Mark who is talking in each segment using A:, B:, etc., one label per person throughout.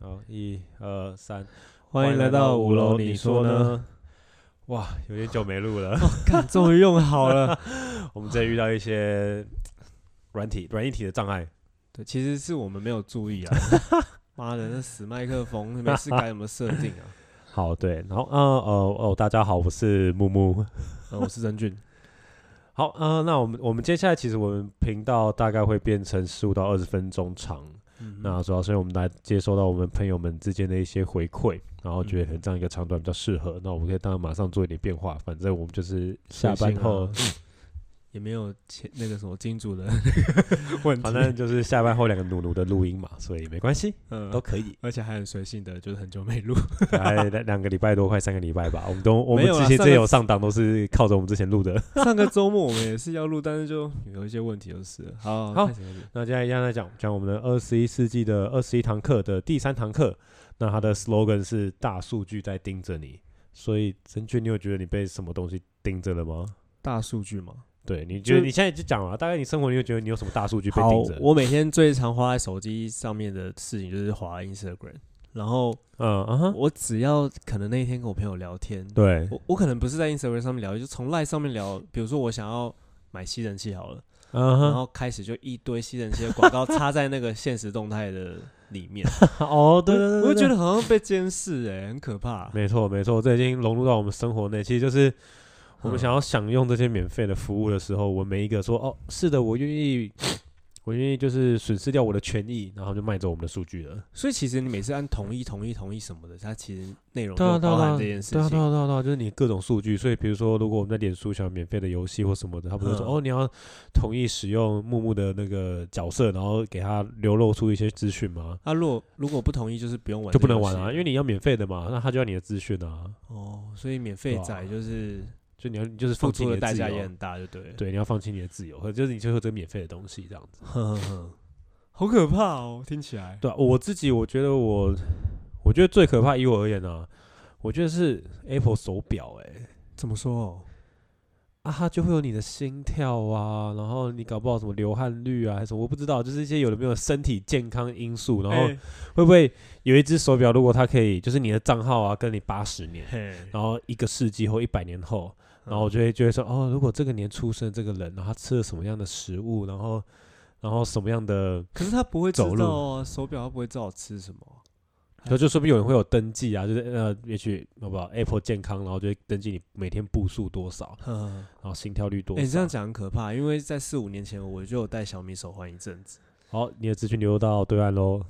A: 好，一二三，欢迎来到五楼，你说 呢？哇，有点久没录 了，
B: 看，终于用好了。
A: 我们这遇到一些软体软硬体的障碍，
B: 对，其实是我们没有注 意啊。妈的，那死麦克风，每次改什么设定 啊？
A: 好，对，然后呃呃哦，大家好，我是木木。
B: 嗯，我是真俊，
A: 好，呃，那我们我们接下来其实我们频道大概会变成十五到二十分钟长，
B: 嗯
A: 那主要是因为我们来接收到我们朋友们之间的一些回馈，然后觉得可能这样一个长短比较适合，那我们可以当然马上做一点变化，反正我们就是下班后，
B: 随性啊也没有前那个什么金主的 问题，
A: 反 正就是下班后两个努努的录音嘛，所以没关系，
B: 嗯
A: 都，可 以。
B: 而且还很随性的，就是很久 没录，
A: 大概两两个礼拜多，快三个礼拜吧。我们 都我们
B: 没有啦
A: 之前
B: 上个
A: 之前有啊上档，都是靠着我们之前录的。
B: 上个周末我们也是要录，但是就有一些问题，就是了好
A: 好
B: 开始开始
A: 那接下来一样来讲讲我们的二十一世纪的二十一堂课的第三堂课。那它的 slogan 是“大数据在盯着你”，所以真俊，你有觉得你被什么东西盯着了吗？
B: 大数据嘛。
A: 对，你觉得
B: 就
A: 你现在就讲了，大概你生活你有觉得你有什么大数据被
B: 好
A: 盯着，？
B: 我每天最常花在手机上面的事情就是滑 Instagram，然后
A: 嗯啊哈，
B: 我只要可能那一天跟我朋友聊天，
A: 对，
B: 我我可能不是在 Instagram 上面聊，就从 Line 上面聊。比如说我想要买吸尘器好了，
A: 嗯
B: 然
A: 哼，
B: 后开始就一堆吸尘器的广告插在那个现实动态的里 面，
A: 哦，对对对，
B: 我就
A: 对
B: 觉得好像被监视哎、很可怕。
A: 没错，没错，这已经融入到我们生活内。其实就是我们
B: 嗯
A: 想要享用这些免费的服务的时候，我每一个说哦，是的，我愿意， 我愿意就是损失掉我的权益，然后就卖走我们的数据了。
B: 所以其实你每次按同意、同意、同意什么的，它其实内容
A: 对啊
B: 都包
A: 对啊
B: 含这件事
A: 对啊，对
B: 情。
A: 啊，对啊，对啊，就是你各种数据。所以比如说，如果我们在脸书想要免费的游戏或什么的，他们就说、
B: 嗯
A: 哦，你要同意使用木木的那个角色，然后给他流露出一些资讯吗？
B: 啊，如果如果不同意，就是不用玩，
A: 就不能玩啊，因为你要免费的嘛，那他就要你的资讯啊，
B: 哦，所以免费
A: 对啊
B: 仔就是
A: 就你要你就是
B: 付
A: 放弃
B: 出
A: 你
B: 的
A: 的
B: 代
A: 自
B: 价
A: 由
B: 也很大，就对了。
A: 对，你要放弃你的自由，就是你就会有这个免费的东西这样子。
B: 哼哼哼， 好可怕哦，听起来。
A: 对、啊，我自己我觉得我，我觉得最可怕，以我而言啊，我觉得是 Apple 手表、欸，
B: 怎么说、哦？
A: 啊，它就会有你的心跳啊，然后你搞不好什么流汗率啊，还是什么，我不知道，就是一些有的没有身体健康因素，然后
B: 哎
A: 会不会有一只手表，如果它可以，就是你的账号啊，跟你八十年，
B: 嘿，
A: 然后一个世纪后一百年后，然后我
B: 就
A: 就会就会说，哦，如果这个年出生的这个人，然后他吃了什么样的食物，然后然后什么样的
B: 可是他不会知
A: 走
B: 道
A: 路
B: 啊，手表他不会知道我吃什么。
A: 然后就说不定有人会有登记啊，就是呃，也许好不好 Apple 健康，然后就会登记你每天步数多少，
B: 嗯，
A: 然后心跳率多
B: 哎、
A: 少。
B: 你这样，讲很可怕，因为在四五年前我就有戴小米手环一阵 子，
A: 好，你的资讯流入到对岸喽。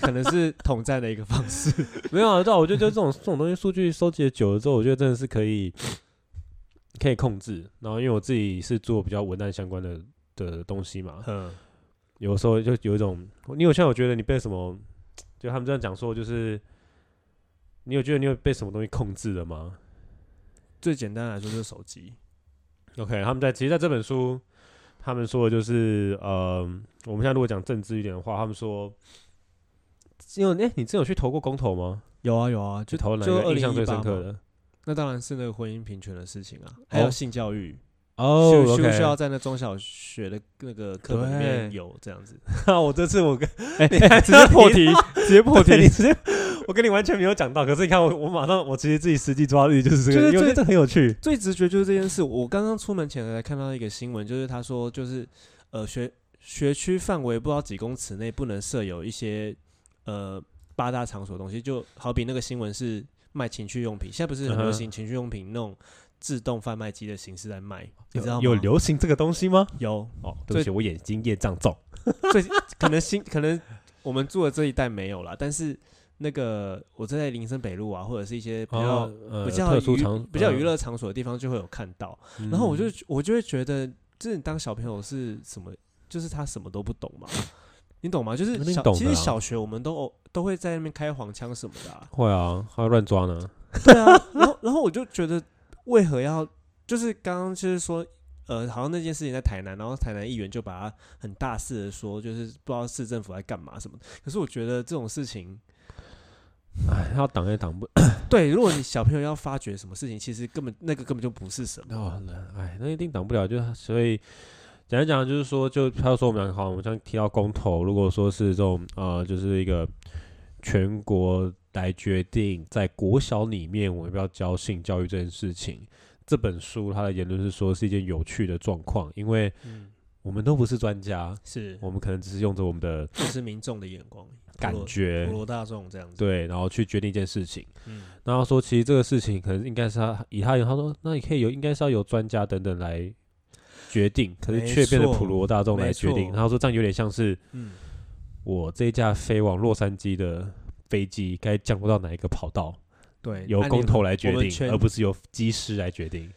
B: 可能是统战的一个方式。
A: 没有啊，对啊，我觉得就这种这种东西，数据收集的久了之后，我觉得真的是可以可以控制。然后因为我自己是做比较文案相关的的东西嘛，
B: 嗯，
A: 有时候就有一种，你有像我觉得你被什么，就他们这样讲说，就是你有觉得你有被什么东西控制了吗？
B: 最简单来说就是手机。
A: OK，他们在其实在这本书，他们说的就是呃，我们现在如果讲政治一点的话，他们说，因为哎、你真有去投过公投吗？
B: 有啊有啊，就
A: 去投哪
B: 就
A: 一个印象最
B: 2018
A: 深刻
B: 嘛
A: 的？
B: 那当然是那个婚姻平权的事情啊，还有
A: 哦
B: 性教育，
A: 哦
B: 需不需要
A: ，OK，
B: 在那中小学的那个课本里面
A: 对
B: 有这样子？
A: 我这次我 跟
B: 哎、
A: 你还
B: 直接破题，
A: 直接破
B: 题
A: 你直接，我跟你完全没有讲到，可是你看我我马上我其实自己实际抓力就是这
B: 就
A: 个，因
B: 是
A: 为
B: 最
A: 这很有趣，
B: 最直觉就是这件事。我刚刚出门前才看到一个新闻，就是他说，就是呃学学区范围不知道几公尺内不能设有一些呃八大场所的东西，就好比那个新闻是卖情趣用品，现在不是
A: 嗯
B: 很
A: 哼
B: 流行情趣用品那种自动贩卖机的形式在卖，你知道
A: 有
B: 吗？
A: 有流行这个东西吗？
B: 有，
A: 哦，对不起，我眼睛业障重。
B: 最可能新 可能我们住的这一带没有啦，但是那个我在林森北路啊，或者是一些比较、
A: 哦呃
B: 比较
A: 特殊
B: 娱
A: 场
B: 比较娱，乐场所的地方就会有看到。
A: 嗯
B: 然后我就我就会觉得，就是你当小朋友是什么，就是他什么都不懂嘛，你懂吗？就
A: 肯
B: 是
A: 定
B: 小
A: 懂
B: 其
A: 的
B: 实
A: 啊，
B: 小学我们都哦都会在那边开黄腔什么的、啊
A: 会啊，他会乱抓呢。
B: 对啊。 然后然后我就觉得，为何要就是刚刚就是说。呃，好像那件事情在台南，然后台南议员就把它很大肆的说，就是不知道市政府在干嘛什么的。可是我觉得这种事情，
A: 哎，他挡也挡不
B: 对，如果你小朋友要发掘什么事情，其实根本那个根本就不是什么。
A: 哦，那哎，那一定挡不了，就是所以讲一讲，就是说，就他说我们两个好，我们像提到公投，如果说是这种呃，就是一个全国来决定在国小里面我们要不要教性教育这件事情。这本书它的言论是说是一件有趣的状况，因为
B: 嗯，
A: 我们都不是专家，
B: 是，
A: 我们可能只是用着我们的
B: 就是民众的眼光，
A: 感
B: 普罗
A: 觉
B: 普，罗大众这样子。，
A: 对，然后去决定一件事情。
B: 嗯，
A: 然后说，其实这个事情可能应该是他以他言，他说那你可以有应该是要由专家等等来决定，可是
B: 没
A: 却变成
B: 错
A: 普罗大众来
B: 没
A: 决定。
B: 错
A: 他说这样有点像是
B: 嗯，
A: 我这一架飞往洛杉矶的飞机该降落到哪一个跑道，
B: 对，
A: 由
B: 那你
A: 公
B: 们
A: 投来决
B: 我们
A: 定，
B: 全
A: 而不是由机师来决定。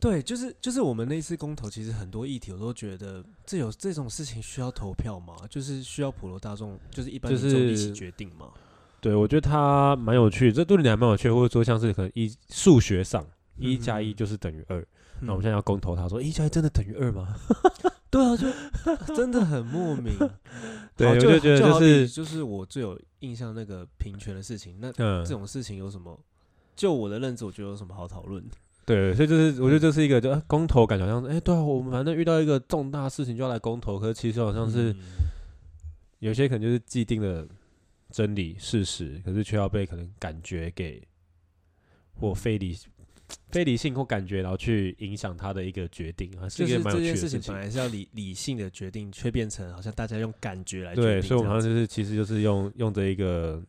B: 对，就是就是我们那次公投，其实很多议题我都觉得，这有这种事情需要投票吗？就是需要普罗大众，就是一般
A: 就
B: 民众
A: 是
B: 一起决定吗？
A: 对我觉得他蛮有趣，这对你还蛮有趣，或者说像是可能一数学上一加一
B: 嗯
A: 就是等于二，
B: 嗯
A: 那我们现在要公投，他说一加一真的等于二吗？
B: 对啊，就真的很莫名。
A: 对
B: 好
A: 我
B: 就
A: 就觉得
B: 就好
A: 就
B: 比
A: 是
B: 就是我最有印象那个平权的事情，那这
A: 嗯，
B: 种事情有什么？就我的认知，我觉得有什么好讨论的？
A: 对，所以就是我觉得这是一个
B: 嗯
A: 就、啊公投，感觉好像哎、对啊，我们反正遇到一个重大事情就要来公投，可是其实好像是、
B: 嗯
A: 有些可能就是既定的真理事实，可是却要被可能感觉给或非理非理性或感觉，然后去影响他的一个决定，还是
B: 就
A: 一个
B: 是
A: 蛮有趣
B: 这件
A: 的
B: 事情
A: 情
B: 本。来是要理理性的决定，却变成好像大家用感觉来决定。
A: 对，所以我们好
B: 这样
A: 像就
B: 子
A: 是其实就是用用着一个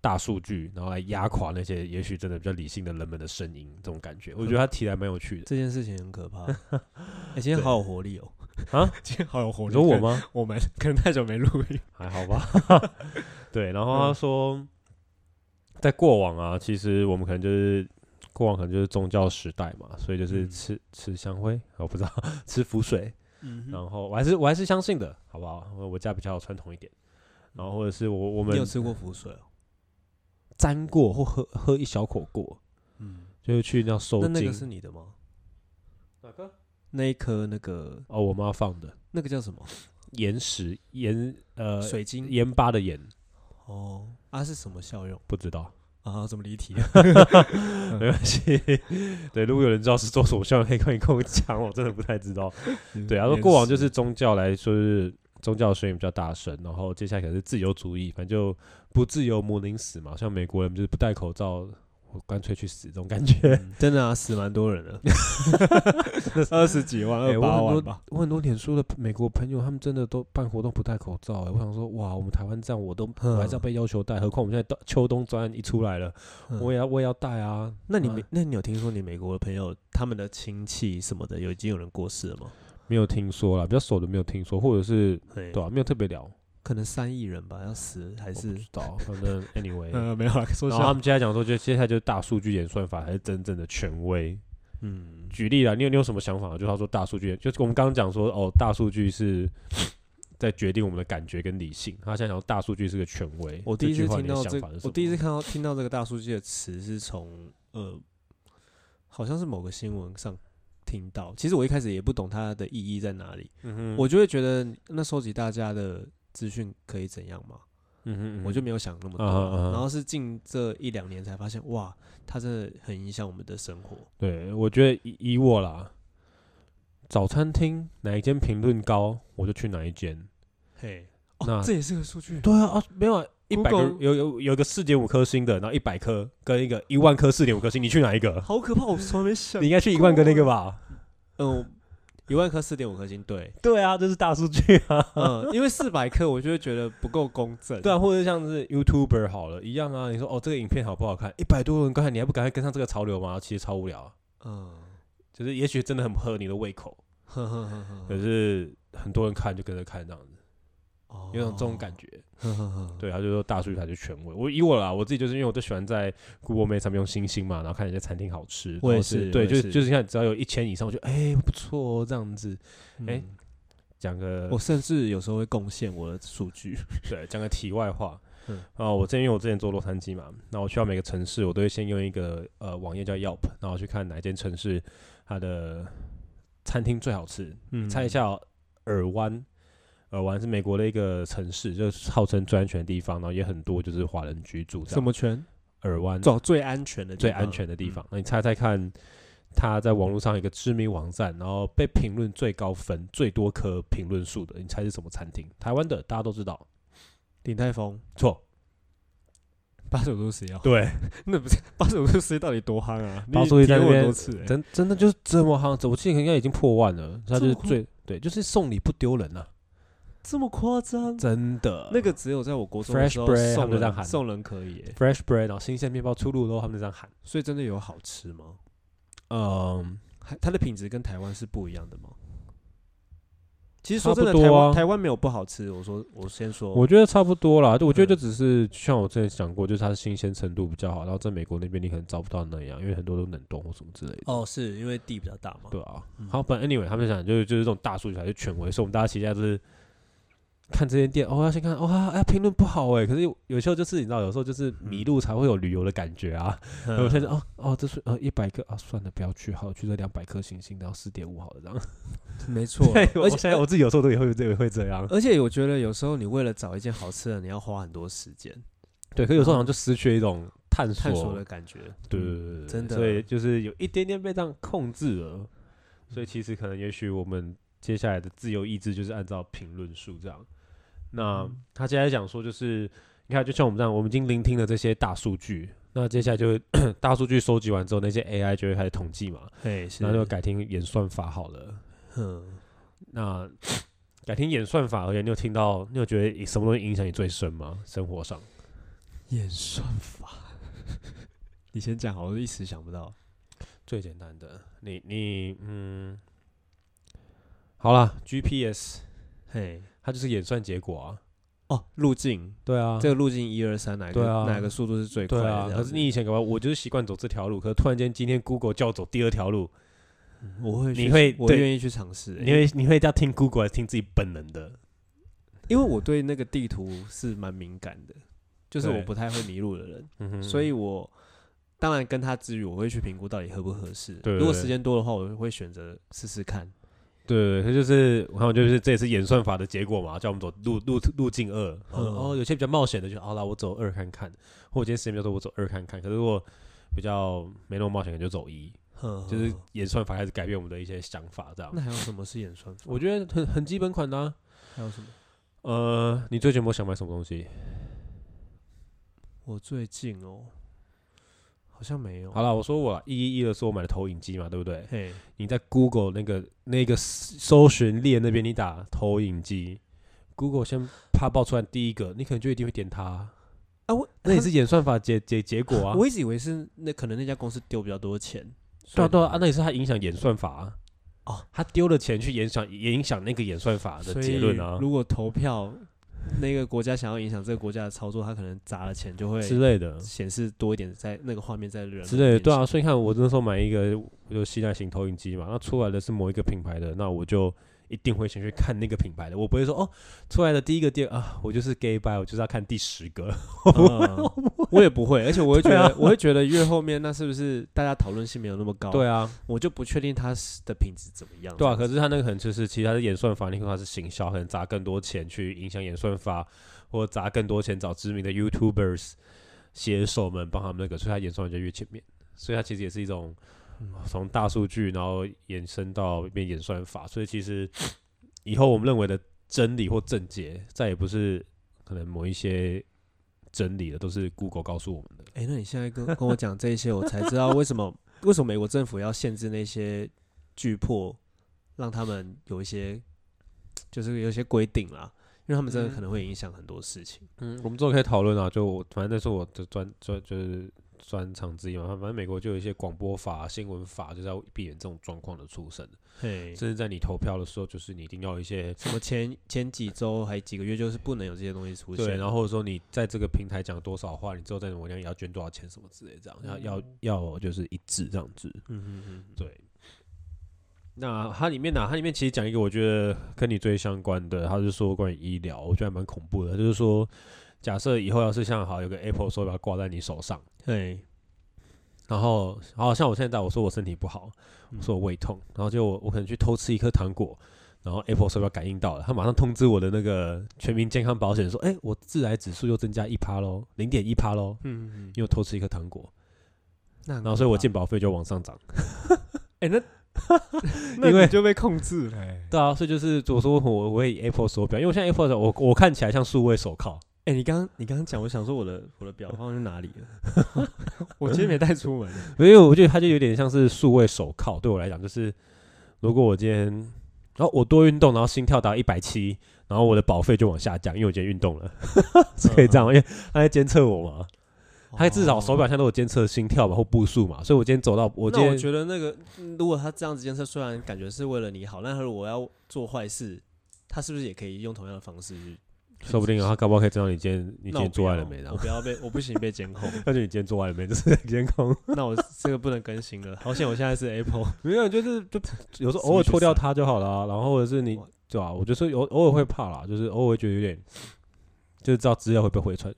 A: 大数据，然后来压垮那些也许真的比较理性的人们的声音，这种感觉，我觉得他提的还蛮有趣的。
B: 这件事情很可 怕。哎，今天好有活力哦！
A: 啊，
B: 今天好有活
A: 你
B: 力。
A: 说我吗？
B: 我们可能太久没录音。
A: 还好 吧。对，然后他说，
B: 嗯
A: 在过往啊，其实我们可能就是过往可能就是宗教时代嘛，所以就是
B: 嗯
A: 吃、吃香灰，我不知道 吃符水，
B: 嗯
A: 然后我还是我还是相信的，好不好？我我家比较传统一点，然后或者是我我
B: 你
A: 们
B: 有吃过浮水哦？
A: 沾过或喝喝一小口过，
B: 嗯，
A: 就是去那收
B: 那
A: 金。
B: 那个是你的吗？
A: 哪个？
B: 那一颗那个
A: 哦，我妈放的
B: 那个叫什么？
A: 岩石岩呃
B: 水晶
A: 盐巴的盐，
B: 哦，啊是什么效用
A: 不知道。
B: 啊？怎么离 题？
A: 没关系。对，如果有人知道是做什么效应，可以跟你跟我讲，我真的不太知 道。对，
B: 啊
A: 他说过往 就是宗教来说是宗教声音比较大声，然后接下来可能是自由主义，反正就不自由母宁死嘛，像美国人就是不戴口罩。我干脆去死这种感觉，
B: 嗯真的啊，死蛮多 人的，二十几万、
A: 哎
B: 二
A: 我
B: 八
A: 很
B: 万
A: 多
B: 吧。
A: 我很多脸书的美国朋友，他们真的都办活动不戴口罩、哎，我想说，哇，我们台湾这样，我都我还是要被要求戴，何况我们现在到秋冬专案一出来了，
B: 嗯
A: 我也要我也要戴啊。
B: 那你
A: 啊
B: 美，那你有听说你美国的朋友他们的亲戚什么的，有已经有人过世了吗？
A: 没有听说啦，比较熟的没有听说，或者是
B: 对
A: 对啊，没有特别聊，
B: 可能三亿人吧，要死还
A: 我不
B: 是
A: 知道，反正 anyway，
B: 呃没有啦，说
A: 然
B: 笑
A: 后他们接下来讲说，就接下来就是大数据演算法才是真正的权威。
B: 嗯
A: 举例啦，你有你有什么想法？就是他说大数据，就是我们刚刚讲说，哦，大数据是在决定我们的感觉跟理性。他现在讲大数据是个权威。
B: 我第一次
A: 句话
B: 听
A: 你的
B: 到
A: 想
B: 这
A: 法是，什
B: 我第一
A: 么
B: 次看到听到这个大数据的词是从呃，好像是某个新闻上听到。其实我一开始也不懂它的意义在哪里，
A: 嗯哼
B: 我就会觉得那收集大家的资讯可以怎样嘛，
A: 嗯哼嗯哼
B: 我就没有想那么多。
A: 啊哈啊哈
B: 然后是近这一两年才发现，哇，它真的很影响我们的生活。
A: 对，我觉得以以我啦，早餐厅哪一间评论高，我就去哪一间。
B: 嘿，
A: 那
B: 哦，这也是个数据。
A: 对啊，啊没有啊，一百个
B: Google-
A: 有有有个四点五颗星的，然后一百颗跟一个一万颗四点五颗星，你去哪一个？
B: 好可怕！我从来没想
A: 你应该去一万个那个吧？
B: 嗯，一万颗四点五颗星，对，
A: 对啊，这是大数据啊。
B: 嗯，因为四百颗，我就会觉得不够公正。
A: 对啊，或者像是 YouTuber 好了一样啊，你说哦这个影片好不好看？一百多人观看，你还不赶快跟上这个潮流吗？其实超无聊啊、
B: 嗯，
A: 就是也许真的很合你的胃口，
B: 呵呵呵呵
A: 可是很多人看就跟着看这样子，
B: 哦
A: 有种这种感觉。
B: 呵呵呵，
A: 对，他就说大数据才是权威。我以我啦，我自己就是因为我就喜欢在 Google Map 上面用星星嘛，然后看人家餐厅好吃。
B: 我也
A: 或者
B: 是
A: 对，
B: 我也
A: 就是就是看只要有一千以上，我就哎、不错哦这样子。哎
B: 嗯
A: 讲个
B: 我甚至有时候会贡献我的数据。
A: 对，讲个题外话。
B: 嗯
A: 啊，我之前因为我之前做洛杉矶嘛，那我去到每个城市，我都会先用一个呃网页叫 Yelp，然后去看哪一间城市它的餐厅最好吃。
B: 嗯
A: 猜一，下哦、尔湾，尔湾是美国的一个城市，就是号称最安全的地方，然后也很多就是华人居住。
B: 什？么嗯圈？
A: 尔湾
B: 找最安全的地
A: 最
B: 方，
A: 安全的地方。那你猜猜看，它在网络上有一个知名网站，然后被评论最高分、最多颗评论数的，你猜是什么餐厅？台湾的大家都知道，
B: 嗯。鼎泰丰
A: 错。
B: 八十五度 C 哦，
A: 对，
B: 那不是八十五度 C 到底多 夯啊？你
A: 八十五度 C 在
B: 提
A: 那
B: 过很
A: 边
B: 多次、欸，
A: 真真的就是这么夯，我记得应该已经破万了，它就
B: 这
A: 是
B: 么快
A: 最对，就是送礼不丢人呐，
B: 这么夸张？
A: 真的。
B: 嗯那个只有在我国中的
A: Fresh
B: 时候
A: bread，他
B: 送
A: 们这样
B: 人
A: 喊
B: 送人可以、欸，
A: fresh bread，然后新鲜面包出炉喽，他们这样喊。
B: 所以真的有好吃吗？
A: 嗯，
B: 还它的品质跟台湾是不一样的吗？其实说
A: 差
B: 真
A: 不多
B: 的，台湾
A: 啊
B: 台湾没有不好吃。我说我先说，
A: 我觉得差不多啦，就我觉得就
B: 嗯
A: 只是像我之前讲过，就是它的新鲜程度比较好，然后在美国那边你可能找不到那样，因为很多都冷冻或什么之类的。
B: 哦，是因为地比较大嘛。
A: 对啊
B: 嗯，
A: 好，反正 anyway，他们讲就是就是这种大数据还是权威，所以我们大家期待就是看这间店，哦，要先看，哇、哎，评论不好哎，可是有有时候就是你知道，有时候就是迷路才会有旅游的感觉啊。然后
B: 嗯，
A: 我现 在哦哦，这是呃一百颗啊，算了，不要去好了，去这两百颗星星，然后四点五好了这样。
B: 没错 啊
A: 对，我
B: 而
A: 现
B: 且
A: 在我自己有时候都也会这也会这样。
B: 而且我觉得有时候你为了找一件好吃的，你要花很多时间
A: 对，可是有时候好像就失去一种嗯探索，嗯
B: 探索的感觉。嗯
A: 对对对对，
B: 真的
A: 所以就是有一点点被这样控制了。所以其实可能也许我们接下来的自由意志就是按照评论数这样。那他接下来讲说，就是你看，就像我们这样，我们已经聆听了这些大数据，那接下来就会 大数据收集完之后，那些 AI 就会开始统计嘛，
B: 对，是
A: 然后就改听演算法好了。
B: 嗯，
A: 那 改天演算法而言，你有听到，你有觉得什么东西影响你最深吗？生活上，
B: 演算法。 你先讲好，我一时想不到。
A: 最简单的，你你嗯，好啦 g p s
B: 嘿，
A: 它就是演算结果啊，
B: 哦，路径，
A: 对啊
B: 这个路径一二三，哪
A: 对
B: 个
A: 啊
B: 哪个速度是最快
A: 对
B: 的这
A: 啊
B: 样。子？
A: 可是你以前搞不好，我就是习惯走这条路，可是突然间今天 Google 叫我走第二条路，
B: 我会去，
A: 你会
B: 我
A: 对
B: 愿意去尝试、欸
A: 你会你会要听 Google 还是听自己本能的？
B: 因为我对那个地图是蛮敏感的，就是
A: 对
B: 我不太会迷路的人，
A: 嗯哼
B: 所以我当然跟他之余，我会去评估到底合不合适。
A: 对
B: 如果
A: 对
B: 时间多的话，我会选择试试看。
A: 对，它就是我看我就是这也是演算法的结果嘛，叫我们走路路路径二。然后
B: 嗯
A: 嗯哦，有些比较冒险的就好啦，我走二看看，或我今天时间比较多，我走二看看。可是如果比较没那么冒险，可能就走一，
B: 哼
A: 就是演算法开始改变我们的一些想法，这样
B: 那。还有什么是演算法？
A: 我觉得很很基本款的、啊。
B: 还有什么？
A: 呃，你最近有没有想买什么东西？
B: 我最近哦，好像没有。
A: 好了，我说我一一一的说我买了投影机嘛，对不对？
B: 嘿，
A: 你在 Google 那个那个搜寻列那边，你打投影机，Google 先啪爆出来第一个，你可能就一定会点它啊。
B: 啊，我
A: 那也是演算法结结结果啊。
B: 我一直以为是那可能那家公司丢比较多钱。
A: 对
B: 所
A: 啊
B: 以
A: 对啊，啊那也是他影响演算法啊。
B: 哦，
A: 他丢了钱去影响影响那个演算法的
B: 所
A: 结
B: 以
A: 论啊
B: 如果投票那个国家想要影响这个国家的操作，他可能砸了钱就会
A: 之类的
B: 显示多一点在那个画面在人
A: 之类的。对
B: 面
A: 啊，所以你看我那时候买一个我就吸带型投影机嘛，那出来的是某一个品牌的，那我就。一定会先去看那个品牌的，我不会说哦，出来的第一个店啊，我就是 gay by，我就是要看第十个。
B: 前， 嗯 我也不会，而且我会觉
A: 对啊
B: 得，我会觉得越后面那是不是大家讨论性没有那么高？
A: 对，啊，
B: 我就不确定它是的品质怎么样。
A: 对啊，
B: 这样
A: 可是他那个可能就是其他的演算法，你可能他是行销，可能砸更多钱去影响演算法，或砸更多钱找知名的 YouTubers 写手们帮他们那个，所以他演算法就越前面。所以它其实也是一种
B: 嗯
A: 从大数据，然后延伸到变演算法。所以其实以后我们认为的真理或正解，再也不是可能某一些真理了，都是 Google 告诉我们的。
B: 哎、那你现在跟跟我讲这一些，我才知道为什 么为什么美国政府要限制那些巨破，让他们有一些就是有一些规定啦，因为他们真的可能会影响很多事情。
A: 嗯，我们之后可以讨论啊。就我反正那是我的专专就是专长之一嘛。反正美国就有一些广播法、啊新闻法，就是要避免这种状况的出生。
B: 嘿，
A: 甚至在你投票的时候，就是你一定要有一些
B: 什么前前几周还几个月就是不能有这些东西出现，
A: 对，然后或者说你在这个平台讲多少话，你之后在我那也要捐多少钱什么之类，这样要要要就是一致这样子。
B: 嗯嗯嗯嗯，
A: 对，那它里面呢、它里面其实讲一个我觉得跟你最相关的，它是说关于医疗，我觉得还蛮恐怖的。就是说，假设以后要是像好有个 Apple 手表挂在你手上，
B: 嘿，
A: 然后好像我现在我说我身体不好，
B: 嗯
A: 我说我胃痛，然后就我我可能去偷吃一颗糖果。然后 Apple 手表感应到了，它马上通知我的那个全民健康保险说：“哎，我致癌指数又增加一趴喽，零点一趴喽，
B: 嗯嗯嗯，
A: 因为我偷吃一颗糖果。”
B: 那
A: 然后所以我
B: 进
A: 健保费就往上涨。
B: 哎、那
A: 因为
B: 你就被控制了、哎
A: 对啊，所以就是我说我我会 Apple 手表，因为我现在 Apple 手表我我看起来像数位手铐，
B: 哎、你刚刚你刚刚讲，我想说我的我的表放在哪里了？ 我其实没带 出门。
A: 因为我觉得它就有点像是数位手铐，对我来讲就是，如果我今天，然后我多运动，然后心跳达一百七，然后我的保费就往下降，因为我今天运动了， 是可以这样吗，
B: 嗯
A: 因为它在监测我嘛，
B: 哦
A: 它至少手表现在都有监测心跳嘛或步数嘛，所以我今天走到我今
B: 那我
A: 天
B: 觉得那个，嗯如果他这样子监测，虽然感觉是为了你好，但是如果要做坏事，他是不是也可以用同样的方式去？
A: 说不定啊它搞不好可以知道你今天你
B: 你
A: 今天做爱了没，然
B: 我
A: 后
B: 不要被，我不行被监 控。
A: 那就你今天做爱了没，这 是监控，
B: 那我这个不能更新了。好险，我现在是 Apple。
A: 没有就是就有时候偶尔脱掉它就好了啊、然后或者是你
B: 哇
A: 对啊，我就说偶偶尔会怕啦，就是偶尔会觉得有点，就是知道资料会被回传。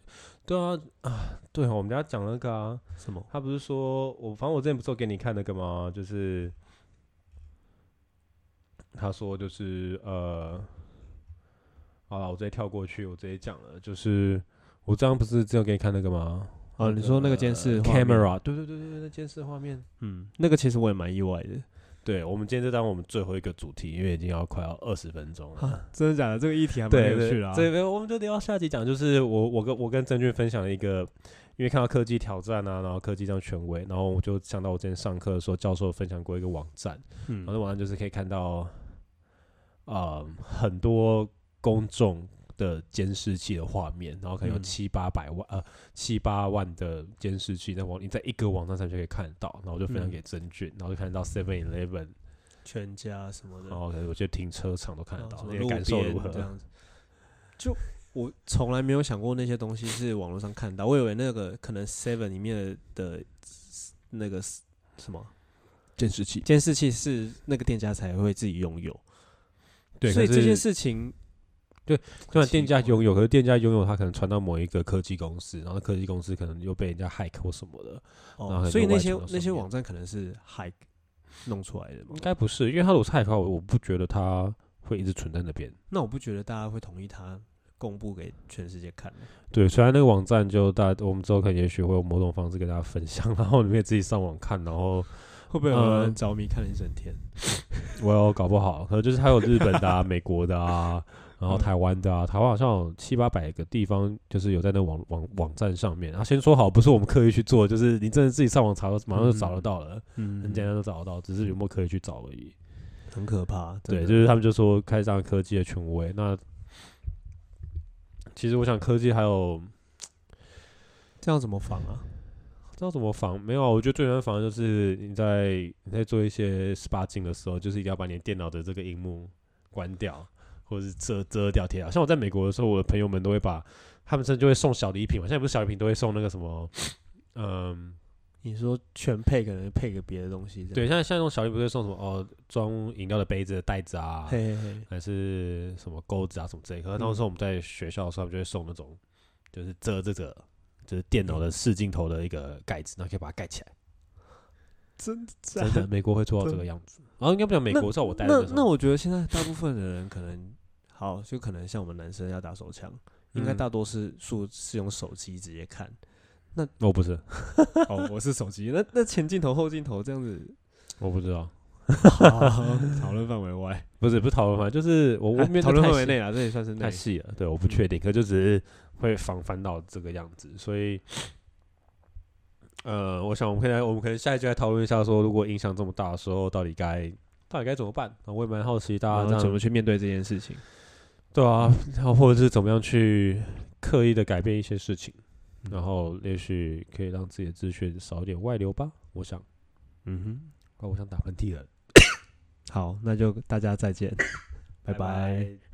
A: 对啊啊，对哦，我们家讲那个啊，
B: 什么？
A: 他不是说我，反正我之前不是有给你看那个吗？就是他说就是呃，好了，我直接跳过去，我直接讲了，就是我刚刚不是之前给你看那个吗？呃
B: 哦，你说那个监视画面
A: camera，对对对对对，那监视画面。
B: 嗯，那个其实我也蛮意外的。
A: 对，我们今天就当我们最后一个主题，因为已经要快要二十分 钟了。
B: 啊，真的假的？这个议题还蛮
A: 对
B: 有
A: 对
B: 趣的、啊。
A: 对，没有我们就聊到下集讲，就是我我跟我跟郑俊分享了一个，因为看到科技挑战啊，然后科技这样权威，然后我就想到我之前上课的时候，教授分享过一个网站，然后
B: 嗯，
A: 那网站就是可以看到，呃，很多公众的监视器的画面，然后可能有
B: 嗯
A: 七八百万、呃七八万的监视器在网，你在一个网站上就可以看到，然后我就分享
B: 嗯
A: 给郑俊，然后就看到 Seven Eleven，
B: 全家什么的，
A: 然后哦可能我觉得停车场都看得
B: 啊
A: 到，
B: 什么
A: 你的
B: 路
A: 感受
B: 边
A: 如何
B: 这？样子，就我从来没有想过那些东西是网络上看到，我以为那个可能 Seven 里面的的那个什么
A: 监视器，
B: 监视器是那个店家才会自己拥有，
A: 对，
B: 所以
A: 可
B: 这
A: 是
B: 件事情
A: 虽然
B: 奇
A: 店家
B: 怪
A: 拥有，可是店家拥有它可能传到某一个科技公司，然后科技公司可能又被人家 hack 或什么的，然后
B: 哦，
A: 很
B: 所以
A: 多
B: 那
A: 外
B: 些
A: 传到
B: 那些
A: 上面
B: 网站可能是 hack 弄出来的嘛
A: 应？该不是，因为它如果是 hack 的话，我我不觉得它会一直存在那边。
B: 那我不觉得大家会同意它公布给全世界看的，
A: 对，虽然那个网站就大，我们之后可能也许会有某种方式跟大家分享， 然后你们也自己上网看，然后
B: 会不会有
A: 呃
B: 人着迷看了一整天？
A: 我有搞不好，可能就是还有日本的 啊、美国的啊，然后台湾的啊，台湾好像有七八百个地方就是有在那网网网站上面。啊，先说好，不是我们刻意去做，就是你真的自己上网查，马上就找得到了，
B: 嗯
A: 很简单就找得到，只是有没有刻意去找而已。
B: 很可怕。真
A: 对，
B: 的
A: 就是他们就说开上科技的权威。那其实我想科技还有
B: 这样怎么防啊？
A: 知道怎么防？没有啊，我觉得最难防的就是你在你在做一些 SPA 镜的时候，就是一定要把你的电脑的这个荧幕关掉，或者是遮遮掉贴掉。啊像我在美国的时候，我的朋友们都会把他们甚至就会送小礼品嘛，现在不是小礼品都会送那个什么， 嗯，
B: 你说全配可能配个别的东西，这
A: 对，
B: 样，
A: 像像那种小礼品会送什么哦，装饮料的杯子的袋子啊，
B: 嘿嘿嘿，
A: 还是什么钩子啊什么之类的。可是那时候我们在学校的时候，他们就会送那种就是遮这个就是电脑的视镜头的一个盖子，然后可以把它盖起来。
B: 真的假
A: 真的，美国会做到这个样子。然后应该不讲美国，在我待
B: 啊那
A: 的时
B: 那
A: 候，
B: 我觉得现在大部分的人可能，好，就可能像我们男生要打手枪，应该
A: 嗯
B: 大多是数是用手机直接看。
A: 我不是，
B: 哦，我是手机，那那前镜头后镜头这样子，
A: 我
B: 哦
A: 不知道，
B: 讨论范围外，
A: 不是不是讨论嘛，就是我我
B: 哎
A: 没有
B: 讨论
A: 太
B: 范
A: 细
B: 围内啊，这也算是内嗯
A: 太。细了，对，我不确定，可就只是会防烦到这个样子，所以。呃，我想我们可以来，我们可能下一集来讨论一下，说如果影响这么大的时候，到底该到底该怎么办？啊，我也蛮好奇大家
B: 然后
A: 这
B: 怎
A: 样
B: 么去面对这件事情？
A: 对啊，然后或者是怎么样去刻意的改变一些事情，
B: 嗯
A: 然后也许可以让自己的资讯少一点外流吧。我想，
B: 嗯哼，
A: 啊，我想打喷嚏了，
B: 好，那就大家再见，拜拜。
A: 拜